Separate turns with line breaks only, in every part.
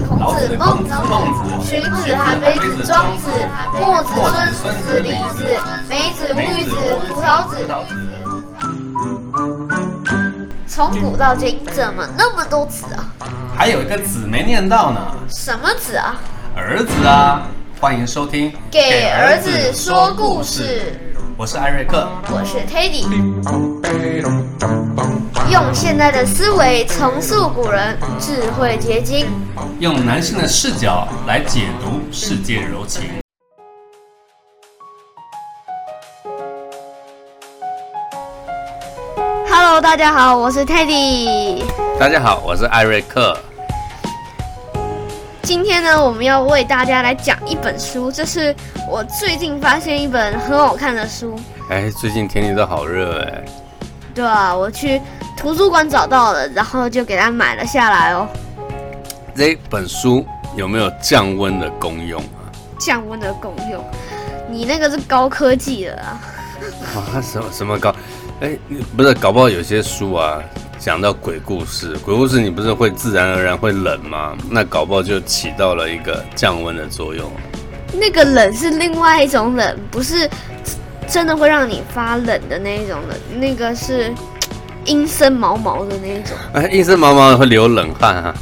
孟子、荀子、韩非子、庄子、墨子、孙子、李子、梅子、木子、葡萄子。从古到今，怎么那么多子啊？
还有一个子没念到呢，
什么子啊？
儿子啊！欢迎收听《
给儿子说故事》，
我是艾瑞克。
我是 Teddy。用现代的思维重塑古人智慧结晶。
用男性的视角来解读世界柔情。
Hello，大家好，我是 Teddy。
大家好，我是艾瑞克。
今天呢，我们要为大家来讲一本书，这是我最近发现一本很好看的书。
哎，最近天气都好热哎，
对啊，我去图书馆找到了，然后就给它买了下来哦。
这本书有没有降温的功用啊？
降温的功用，你那个是高科技的啊。
啊，什么什么搞？哎，你不是搞不好有些书啊，讲到鬼故事，鬼故事你不是会自然而然会冷吗？那搞不好就起到了一个降温的作用。
那个冷是另外一种冷，不是真的会让你发冷的那一种冷，那个是阴森毛毛的那一种。
哎，一身毛毛的会流冷汗啊，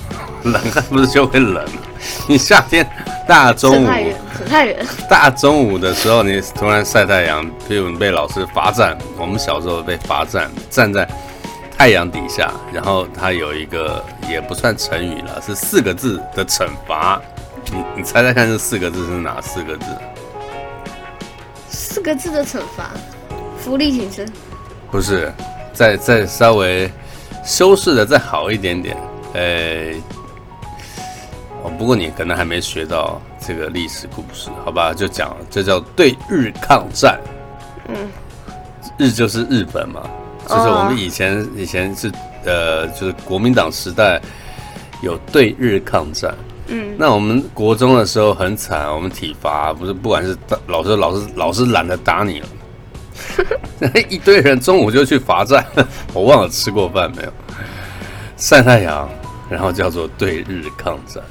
冷汗不是就会冷吗？你夏天大中
扯太
午
远，扯太远。
大中午的时候，你突然晒太阳，譬如你被老师罚站，我们小时候被罚站，站在太阳底下，然后它有一个也不算成语了，是四个字的惩罚。你你猜猜看，这四个字是哪四个字？
四个字的惩罚，福利挺身。
不是，再再稍微修饰的再好一点点，呃，哦，不过你可能还没学到这个历史故事，好吧？就讲这叫对日抗战，
嗯，
日就是日本嘛，就是我们以前、
哦
以前是呃，就是国民党时代有对日抗战，
嗯，
那我们国中的时候很惨，我们体罚不是，不管是打老师老师老师懒得打你了， 一堆人中午就去罚站， 我忘了吃过饭没有，晒太阳，然后叫做对日抗战。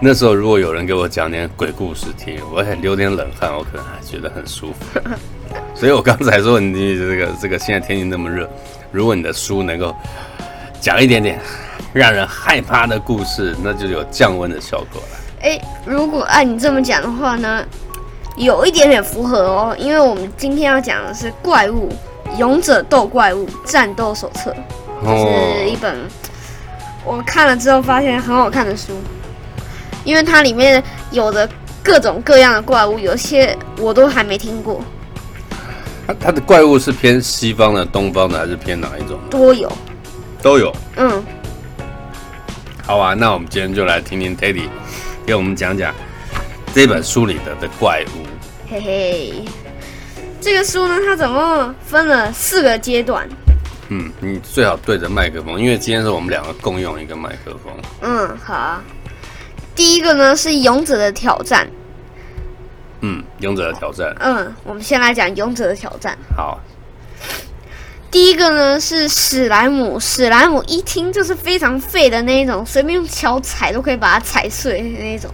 那时候如果有人给我讲点鬼故事听，我还流点冷汗，我可能还觉得很舒服。所以我刚才说你这个这个现在天气那么热，如果你的书能够讲一点点让人害怕的故事，那就有降温的效果了。
哎，如果按你这么讲的话呢，有一点点符合哦，因为我们今天要讲的是怪物《勇者斗怪物战斗手册》，
哦
是一本我看了之后发现很好看的书，因为它里面有的各种各样的怪物，有些我都还没听过，
它它的怪物是偏西方的、东方的，还是偏哪一种？
多有，
都有。
嗯，
好啊，那我们今天就来听听 Teddy 给我们讲讲这本书里的的怪物。
嘿嘿。这个书呢，它总共分了四个阶段，
嗯，你最好对着麦克风，因为今天是我们两个共用一个麦克风。
嗯，好、啊。第一个呢是勇者的挑战，
嗯，勇者的挑战。
嗯，我们先来讲勇者的挑战。
好，
第一个呢是史莱姆，史莱姆一听就是非常废的那一种，随便用脚踩都可以把它踩碎的那一种。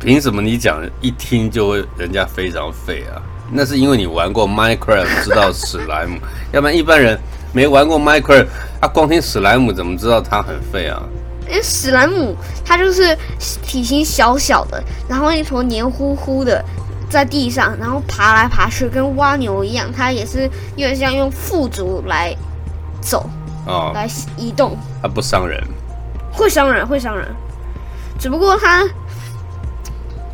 凭什么你讲一听就会人家非常废啊？那是因为你玩过 Minecraft 知道史莱姆， 要不然一般人没玩过 Minecraft，他、光听史莱姆怎么知道他很废啊？
因为史莱姆它就是体型小小的，然后一坨黏糊糊的在地上，然后爬来爬去，跟蜗牛一样。它也是有点像用腹足来走，
哦，
来移动，
他不伤人，
会伤人，会伤人。只不过它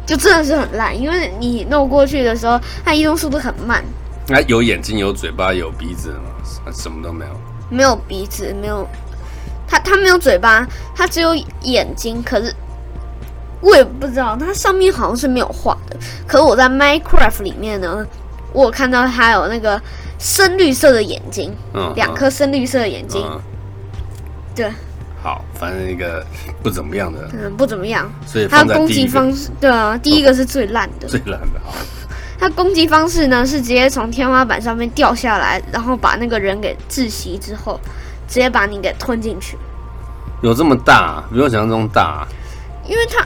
就真的是很烂，因为你弄过去的时候，它移动速度很慢，
他啊有眼睛、有嘴巴、有鼻子嘛，什么都没有。
没有鼻子，没有它它没有嘴巴，它只有眼睛。可是我也不知道，它上面好像是没有画的。可是我在 Minecraft 里面呢，我有看到它有那个深绿色的眼睛，
嗯，
两颗深绿色的眼睛，
嗯。嗯
对，
好，反正一个不怎么样的，
嗯，不怎么样。
所以
它
放
的
在
攻
第
击
一个
方式，对啊，第一个是最烂的。
最烂的。好
它攻击方式呢是直接从天花板上面掉下来，然后把那个人给窒息之后，直接把你给吞进去。
有这么大、比我想象中大、
因为它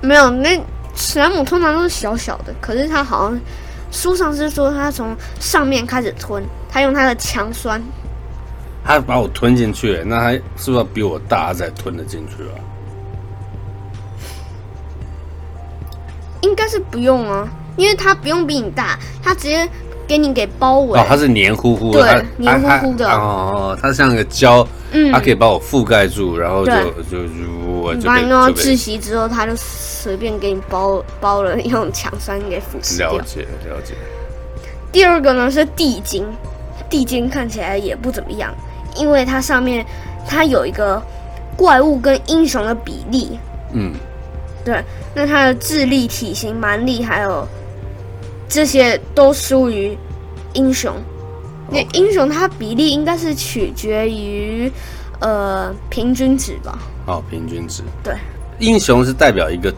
没有那史莱姆通常都是小小的，可是它好像书上是说它从上面开始吞，它用它的强酸。
他把我吞进去，那他是不是要比我大才吞得进去啊？
应该是不用啊，因为它不用比你大，它直接给你给包围。
哦，它是黏糊糊的，
对
它
黏糊糊的
它它哦，它像个胶，
嗯
它可以把我覆盖住，然后就
对
就就我
你
就
把
被
你弄到
就
窒
被
息之后，它就随便给你包包了，用强酸给腐蚀
了
掉。
解了解。
第二个呢是地精，地精看起来也不怎么样，因为它上面它有一个怪物跟英雄的比例，
嗯，
对，那它的智力、体型、蛮力还有这些都输于英雄。那
OK
英雄它比例应该是取决于呃平均值吧？
好，平均值。
对，
英雄是代表一个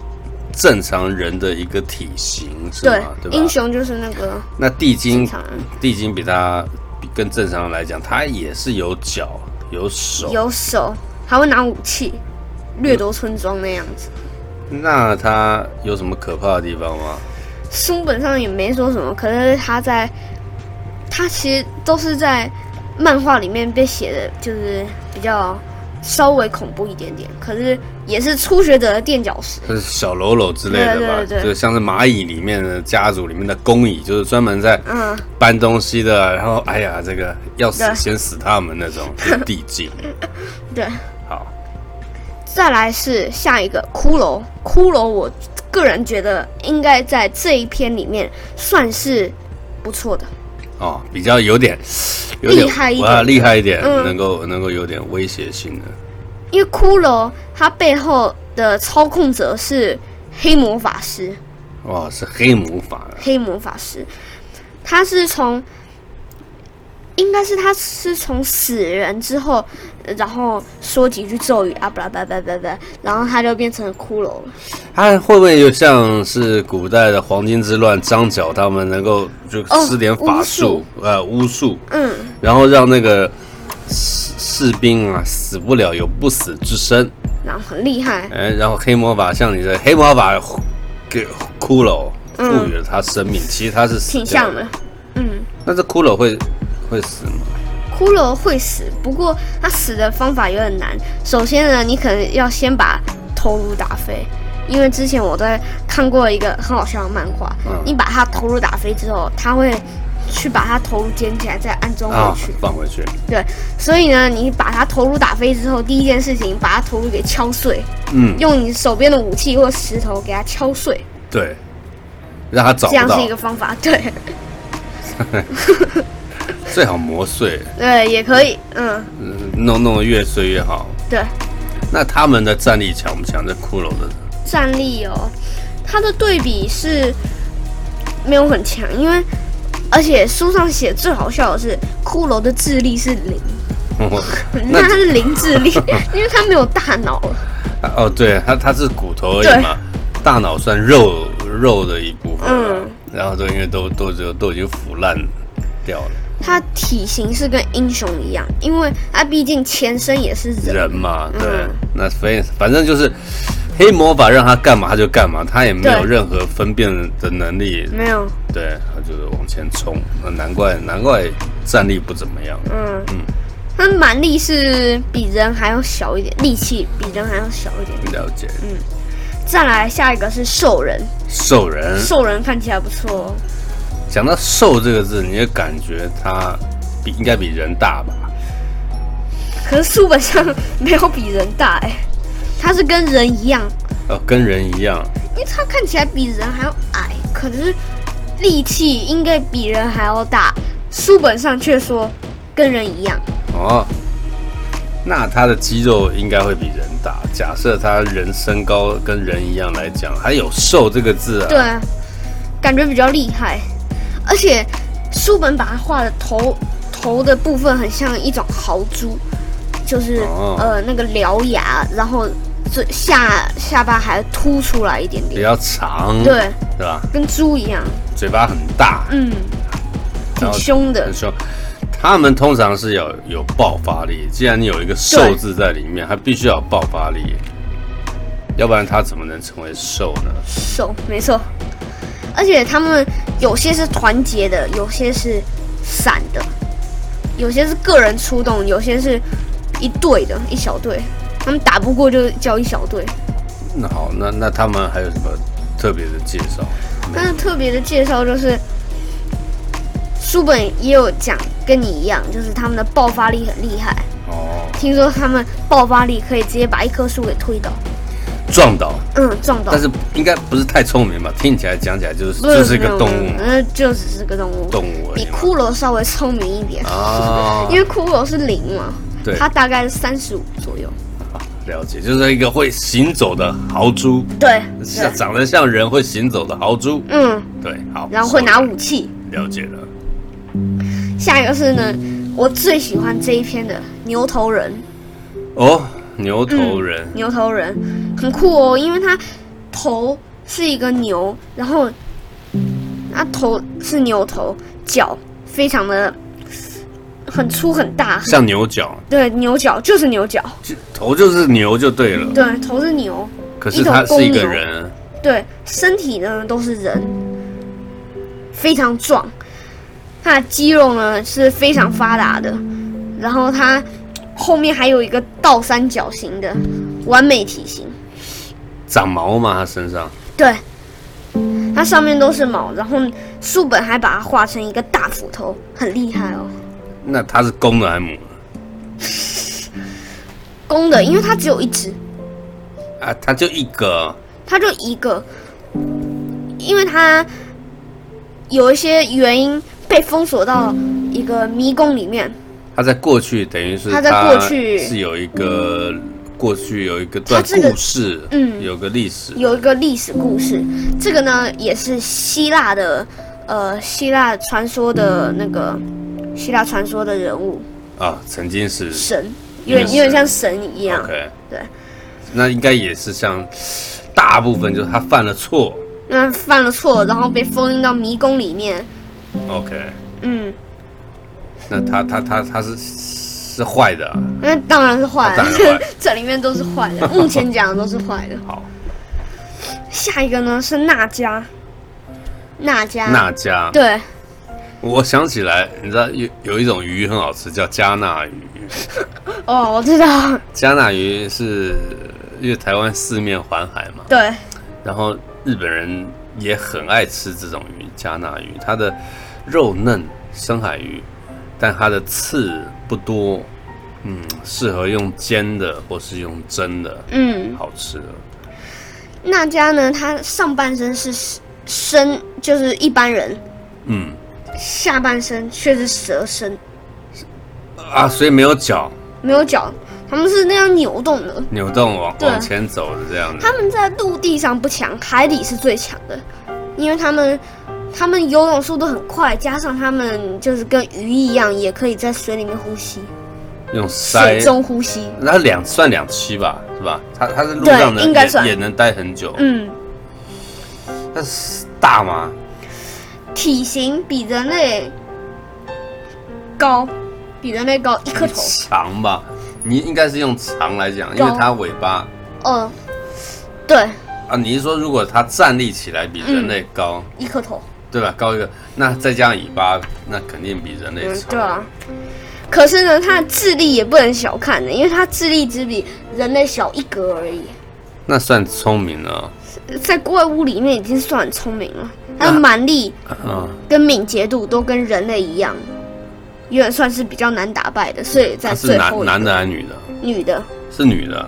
正常人的一个体型，是
对
吗？，对吧？
英雄就是那个
那地
正
精，
常人
地精比它比跟正常人来讲，它也是有脚有手，
有手，还会拿武器掠夺村庄那样子。
那它有什么可怕的地方吗？
书本上也没说什么，可是他在，他其实都是在漫画里面被写的，就是比较稍微恐怖一点点，可是也是初学者的垫脚石。
就是小喽啰之类的吧，
对对对对
就像是蚂蚁里面的家族里面的工蚁，就是专门在
嗯，
搬东西的。然后，哎呀，这个要死
对
先死他们那 种，就是地精。
对。
好，
再来是下一个骷髅，骷髅我个人觉得应该在这一篇里面算是不错的。
哦，比较有点，有点
厉害一点
哇厉害一点，
嗯
能够能够有点威胁性的。
因为骷髅它背后的操控者是黑魔法师，
哇，是黑魔法的，
黑魔法师，他是从，应该是他是从死人之后，呃然后说几句咒语啊，巴拉巴拉巴拉巴拉，然后他就变成骷髅了。
它会不会又像是古代的黄金之乱张角他们能够就
哦
施点法
巫
术
术，
呃，巫术，
嗯，
然后让那个士士兵啊死不了有不死之身。
然后很厉害，
哎，然后黑魔法像你的黑魔法给骷髅
嗯
赋予了它生命，其实它是死
挺
掉
像的。。嗯，
那这骷髅会会死吗？
骷髅会死，不过他死的方法有点难。首先呢，你可能要先把头颅打飞。因为之前我在看过一个很好笑的漫画，
嗯
你把他头颅打飞之后，他会去把他头颅捡起来，再安装
啊
回去。，
放回去。
对，所以呢，你把它头颅打飞之后，第一件事情把它头颅给敲碎，
嗯，
用你手边的武器或石头给它敲碎，
对，让他
这
找不
样
到
是一，个方法。对，
最好磨碎，
对，也可以，嗯，
嗯弄弄得越碎越好。
对，
那他们的战力强不强？这骷髅 的
战力哦，它的对比是没有很强，因为而且书上写最好笑的是骷髅的智力是零，那它是零智 力，因为它没有大脑了。
啊哦，对，它它是骨头而已嘛，大脑算肉肉的一部分了，
嗯
然后都因为都都都都已经腐烂掉了，
它体型是跟英雄一样，因为它毕竟前身也是人，
人嘛，对，
嗯
那所以反正就是黑魔法让他干嘛他就干嘛，他也没有
对
任何分辨的能力，
没有，
对，他就是往前冲，那难怪难怪战力不怎么样，
嗯
嗯，
它蛮力是比人还要小一点，力气比人还要小一点。
了解，
再来下一个是兽人，
兽人，
兽人看起来不错哦，
讲到兽这个字，你也感觉它比应该比人大吧？
可是书本上没有比人大哎、它是跟人一样，
哦，跟人一样，
因为它看起来比人还要矮，可是力气应该比人还要大，书本上却说跟人一样，
哦，那他的肌肉应该会比人大。假设他人身高跟人一样来讲，还有“瘦”这个字啊。
对，感觉比较厉害，而且书本把它画的头头的部分很像一种豪猪，就是、
哦
呃那个獠牙，然后最下下巴还凸出来一点
比
点，
较长，
对，
对吧？
跟猪一样，
嘴巴很大，
嗯，挺
然后
凶的
很，凶。他们通常是有有爆发力，既然你有一个“瘦”字在里面，它必须要有爆发力。要不然他怎么能成为兽呢？
兽，没错。而且他们有些是团结的，有些是散的，有些是个人出动，有些是一队的，一小队。他们打不过就叫一小队。
那好，那那他们还有什么特别的介绍？没有
但是特别的介绍就是，书本也有讲，跟你一样，就是他们的爆发力很厉害。
哦，
听说他们爆发力可以直接把一棵树给推倒，
撞倒，
嗯，撞倒
但。是应该不是太聪明吧？听起来讲起来就是
不是
就是一个动
没有
物
没有没有嗯，就只是个动物，
动物而
比
已嘛。
骷髅稍微聪明一点，
啊，
因为骷髅是零嘛，
对
它大概是三十五左右。
了解，就是一个会行走的豪猪，
对，
像
对，
长得像人会行走的豪猪。
嗯，
对，好。
然后会拿
收了
武器。
了解了。
下一个是呢，我最喜欢这一篇的牛头人，
哦，牛头人，
牛头人很酷哦，因为它头是一个牛，然后它头是牛头，脚非常的很粗很大，
像牛角，
对，牛角就是牛角，
就头就是牛就对了。
对，头是牛，
可是他
一头公
是一个
牛
人，
对，身体呢都是人，非常壮，它的肌肉呢是非常发达的，然后它后面还有一个倒三角形的完美体型，
长毛嘛，他身上。
对，它上面都是毛，然后书本还把它画成一个大斧头，很厉害哦。
那他是公的还是母
公的，因为它只有一只，
的啊？他就一个，
它就一个，因为它有一些原因被封锁到一个迷宫里面，
他在过去等于是
他在过去嗯
是有一个过去有一个段
他这个
故事，
嗯
有个历史，
有一个历史故事。这个呢，也是希腊的，呃，希腊传说的那个希腊传说的人物
啊，曾经是
神，有点有点像神一样。
OK，
对，
那应该也是像大部分就是他犯了错
那犯了错，然后被封印到迷宫里面。
，OK，
嗯，
那他他他他是是坏的啊、
那当然是坏
啊当然
的
坏，
这里面都是坏 的。目前讲的都是坏的。
好，
下一个呢是娜迦，娜迦，
那家，
对，
我想起来，你知道有有一种鱼很好吃，叫加纳鱼，
哦，我知道，
加纳鱼是因为台湾四面环海嘛，
对，
然后日本人也很爱吃这种鱼，加纳鱼，它的肉嫩，深海鱼，但它的刺不多，嗯，适合用煎的或是用蒸的，
嗯，
好吃的。
娜迦呢，她上半身是身，就是一般人，
嗯
下半身却是蛇身，
啊，所以没有脚，
没有脚，他们是那样扭动的。
扭动往
对
往前走的这样子
他。们在陆地上不强，海底是最强的，因为他们他们游泳速度很快，加上他们就是跟鱼一样，也可以在水里面呼吸，
用
水
鳃，
中呼吸。
那两算两栖吧，是吧？它它在路
对
上能
应该算
也也能待很久。
嗯，
但是大吗？
体型比人类高，比人类高一颗头。
长吧？你应该是用长来讲，因为
高
它尾巴
嗯，对，
啊，你是说如果它站立起来比人
嗯
类高，
一颗头。
对吧？高一个，那再加上尾巴，那肯定比人类
嗯，
长。
对啊。可是呢，它的智力也不能小看的，因为它智力只比人类小一格而已。
那算聪明了。
在怪物里面已经算很聪明了，它
那
的蛮力
嗯，
跟敏捷度都跟人类一样，有点算是比较难打败的，所以在
它是
最
男
后一
男
个
的还是女的？
女的
是女的，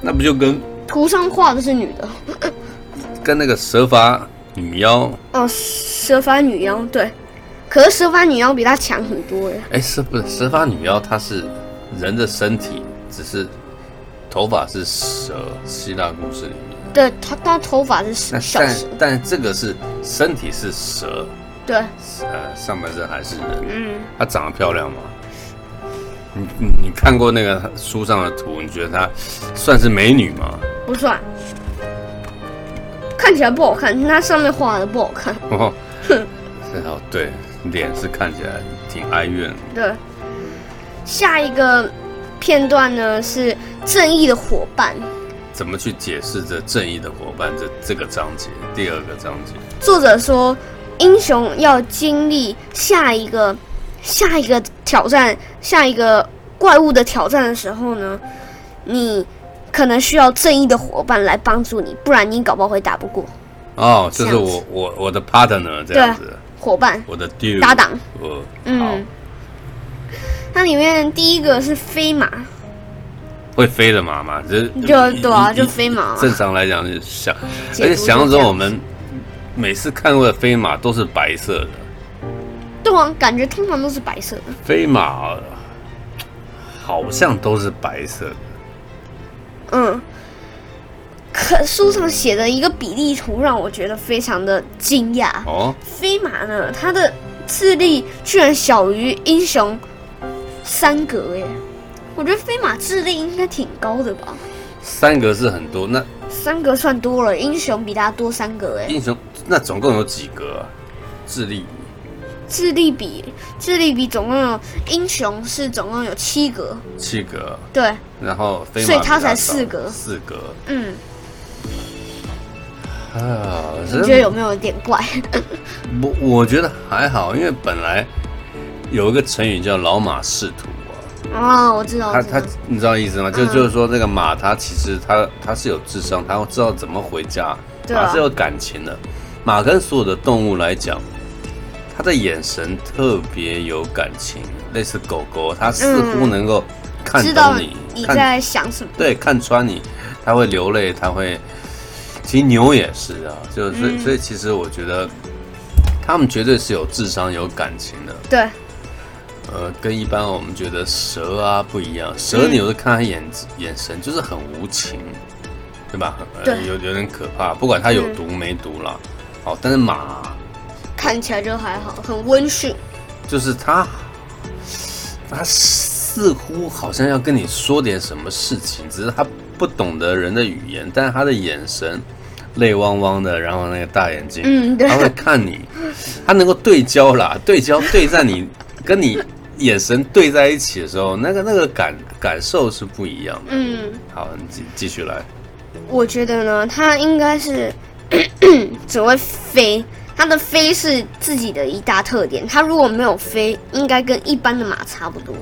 那不就跟
图上画的是女的，
跟那个蛇发女妖？
哦，蛇发女妖对，可是蛇发女妖比她强很多耶，
哎，是不是蛇发女妖？她是人的身体，只是头发是蛇。希腊故事里面，
对，她她头发是
那
小小
但
蛇，
但这个是身体是蛇，
对，
呃，上半身还是人。
嗯，
她长得漂亮吗？你你你看过那个书上的图，你觉得她算是美女吗？
不算，看起来不好看，那上面画的不好看，
哦，然后对，脸是看起来挺哀怨的。
对。下一个片段呢是正义的伙伴，
怎么去解释这正义的伙伴这这个章节？第二个章节，
作者说，英雄要经历下一个下一个挑战，下一个怪物的挑战的时候呢，你可能需要正义的伙伴来帮助你，不然你搞不好会打不过
哦，就是
这样子
我我我的 partner 这样子，
伙伴。
我的 d u
搭档，
我好
嗯，它里面第一个是飞马，
会飞的马嘛，就是
就对啊
一
就
一
飞马啊
正常来讲是想，而
解读
且想象
就这
中
样
我们每次看过的飞马都是白色的，
对啊，感觉通常都是白色的。
飞马好像都是白色的。
嗯，可书上写的一个比例图让我觉得非常的惊讶。
哦，
飞马呢，它的智力居然小于英雄三格耶！我觉得飞马智力应该挺高的吧，
三格是很多，那
三格算多了，英雄比他多三格哎，
英雄那总共有几格、啊？智力
智力比智力比总共有英雄是总共有七格，
七格，
对，
然后飞马
所以它
比较
才
少
四格
四格
嗯，
啊，
你
你
觉得有没有点怪？
我我觉得还好，因为本来有一个成语叫老马识途啊，
哦，我知道，
他
我知道
他，你知道意思吗？就
嗯
就是说，这个马它其实它它是有智商，它会知道怎么回家，
对啊
马是有感情的。马跟所有的动物来讲，它的眼神特别有感情，类似狗狗，它似乎
嗯
能够看
知道
懂你，
你
看
在想什么。
对看穿你，它会流泪，它会。其实牛也是啊，就是所以、
嗯
所以其实我觉得，他们绝对是有智商、有感情的。
对，
呃，跟一般我们觉得蛇啊不一样，蛇
嗯
你有时候看它眼、眼神就是很无情，对吧？呃
对
有有点可怕，不管它有
嗯
毒没毒啦。哦，但是马
看起来就还好，很温驯。
就是它，它似乎好像要跟你说点什么事情，只是它不懂得人的语言，但是它的眼神泪汪汪的，然后那个大眼睛，
嗯，对
他，会看你，他能够对焦啦，对焦对在你跟你眼神对在一起的时候，那个那个感感受是不一样的。
嗯。
好，你继继续来。
我觉得呢，它应该是 只会飞，它的飞是自己的一大特点。它如果没有飞，应该跟一般的马差不多。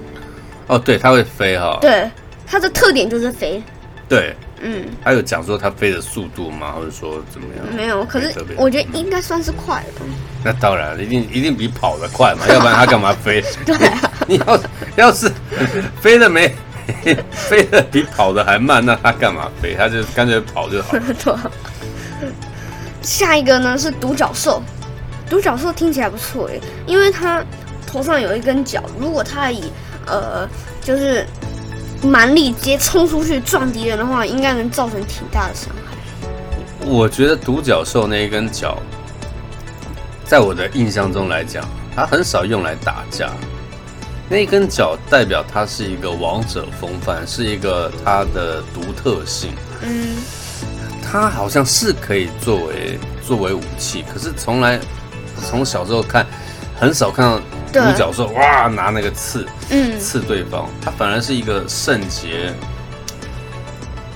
哦，对，它会飞哈、
对，它的特点就是飞。
对，
嗯，
还有讲说它飞的速度吗？或者说怎么样？
没有，可是
特别
我觉得应该算是快了。
那当然，一定一定比跑得快嘛，要不然它干嘛飞？ 对、你要要是飞的没 飞的比跑的还慢，那它干嘛飞？它就干脆跑就好了。
对。下一个呢是独角兽，独角兽听起来不错诶，因为它头上有一根角，如果它以呃就是蛮力直接冲出去撞敌人的话，应该能造成挺大的伤害。
我觉得独角兽那一根角，在我的印象中来讲，它很少用来打架。那一根角代表它是一个王者风范，是一个它的独特性。
嗯。
它好像是可以作为作为武器，可是从来从小时候看，很少看到
对
独角兽哇拿那个刺
嗯，
刺对方，它反而是一个圣洁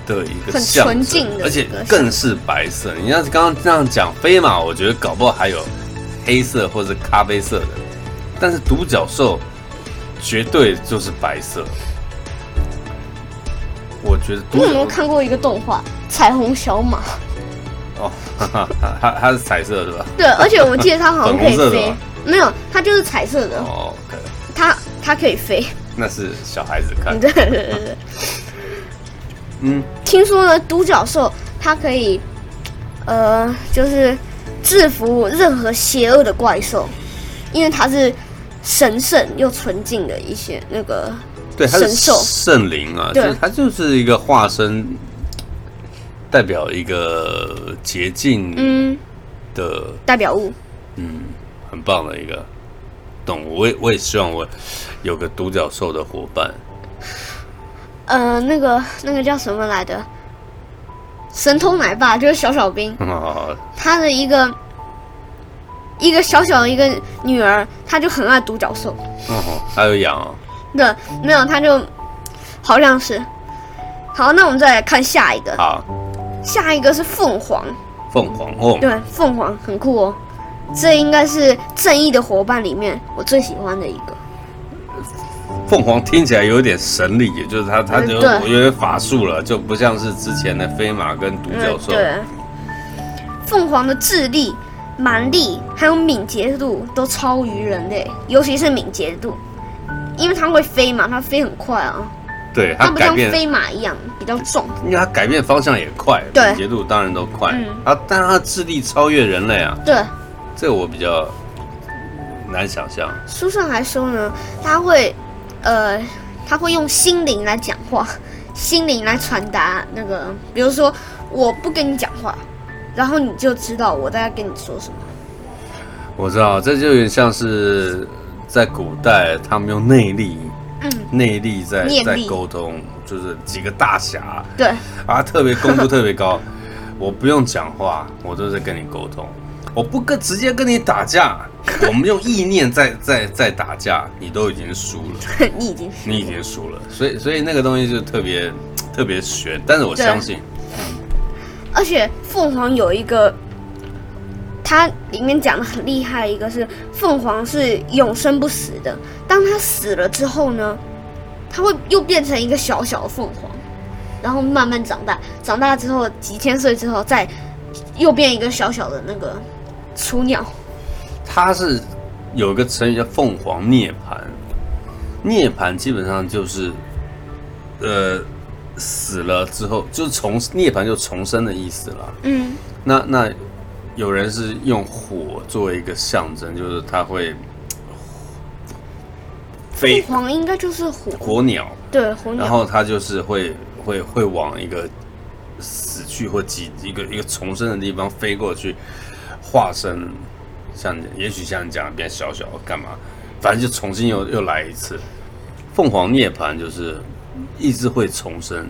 的一个
很
象
纯
征
净的
而且
一个象
更是白色。你要是刚刚这样讲飞马，我觉得搞不好还有黑色或者咖啡色的，但是独角兽绝对就是白色。我觉得独
你
角
有没有看过一个动画《彩虹小马》？
哦， 哈哈，它它是彩色的是吧？
对，而且我记得它好像可以
粉红色的
飞
吗，
没有，它就是彩色的，
哦，OK，
它它可以飞。
那是小孩子看
对
的。
对对对。
嗯，
听说呢，独角兽它可以，呃，就是制服任何邪恶的怪兽，因为它是神圣又纯净的一些那个，
对，它是
神兽
圣灵啊，就
对
是它就是一个化身，代表一个洁净
嗯，
的，
代表物。
嗯，很棒的一个动物。我也我也希望我有个独角兽的伙伴。
呃，那个那个叫什么来的？神偷奶爸就是小小兵。
哦，
他的一个一个小小的一个女儿，她就很爱独角兽。
哦还有羊哦，
对，没有，她就好像是好，那我们再来看下一个，
好，
下一个是凤凰，
凤凰哦，
对，凤凰很酷哦。这应该是《正义的伙伴》里面我最喜欢的一个。
凤凰听起来有点神力，也就是它它
嗯
就
对
有点法术了，就不像是之前的飞马跟独角兽。
嗯对，凤凰的智力、蛮力还有敏捷度都超于人类，尤其是敏捷度，因为它会飞嘛，它飞很快啊，
对它
它不
改
像
变，
飞马一样比较重。
因为它改变方向也快，
对
敏捷度当然都快
嗯。
啊，但它的智力超越人类啊，
对，
这我比较难想象。
书上还说呢，它会，呃，它会用心灵来讲话，心灵来传达那个，比如说我不跟你讲话，然后你就知道我在跟你说什么。
我知道，这就有点像是在古代他们用内力，
嗯，
内力在
念
在
力
沟通，就是几个大侠
对，
啊，特别功夫特别高，我不用讲话，我都在跟你沟通，我不跟直接跟你打架，我们用意念在在在打架，你都已经输了，
你已经
你已经输了，所以所以那个东西就特别特别玄，但是我
对
相信，
而且凤凰有一个，它里面讲的很厉害，一个是凤凰是永生不死的，当它死了之后呢，它会又变成一个小小的凤凰，然后慢慢长大，长大之后几千岁之后再又变一个小小的那个雏鸟，
它是有一个成语叫凤凰涅槃，涅槃基本上就是，呃，死了之后就是重涅槃就重生的意思了。
嗯，
那那有人是用火作为一个象征，就是它会
凤
飞
凰应该就是火，
火鸟，
对火
然
鸟，
后它就是会会会往一个死去或几一个一个重生的地方飞过去，化身像你也许像你讲的变小小干嘛，反正就重新又又来一次。凤凰涅槃就是意志会重生，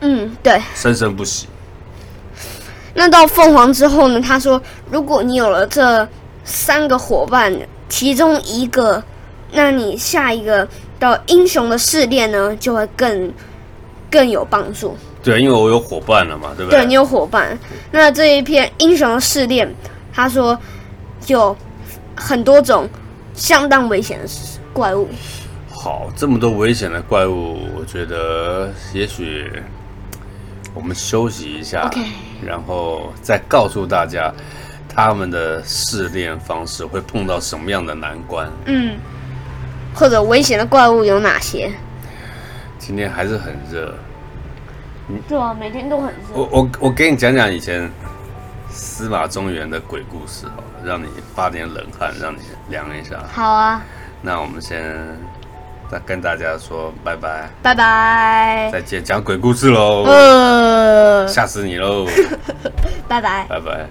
嗯，对。
生生不息。
那到凤凰之后呢？他说，如果你有了这三个伙伴其中一个，那你下一个到英雄的试炼呢，就会更更有帮助。
对，因为我有伙伴了嘛，对不
对你有伙伴。那这一篇英雄的试炼，他说有很多种相当危险的怪物。
好，这么多危险的怪物，我觉得也许我们休息一下
OK
然后再告诉大家他们的试炼方式会碰到什么样的难关。
嗯，或者危险的怪物有哪些？
今天还是很热，
对啊，每天都很热。
我我我给你讲讲以前司马中原的鬼故事好了，让你发点冷汗，让你凉一下。
好啊，
那我们先再跟大家说拜拜，
拜拜。
再见，讲鬼故事喽，
呃，
吓死你喽，
拜拜。
拜拜。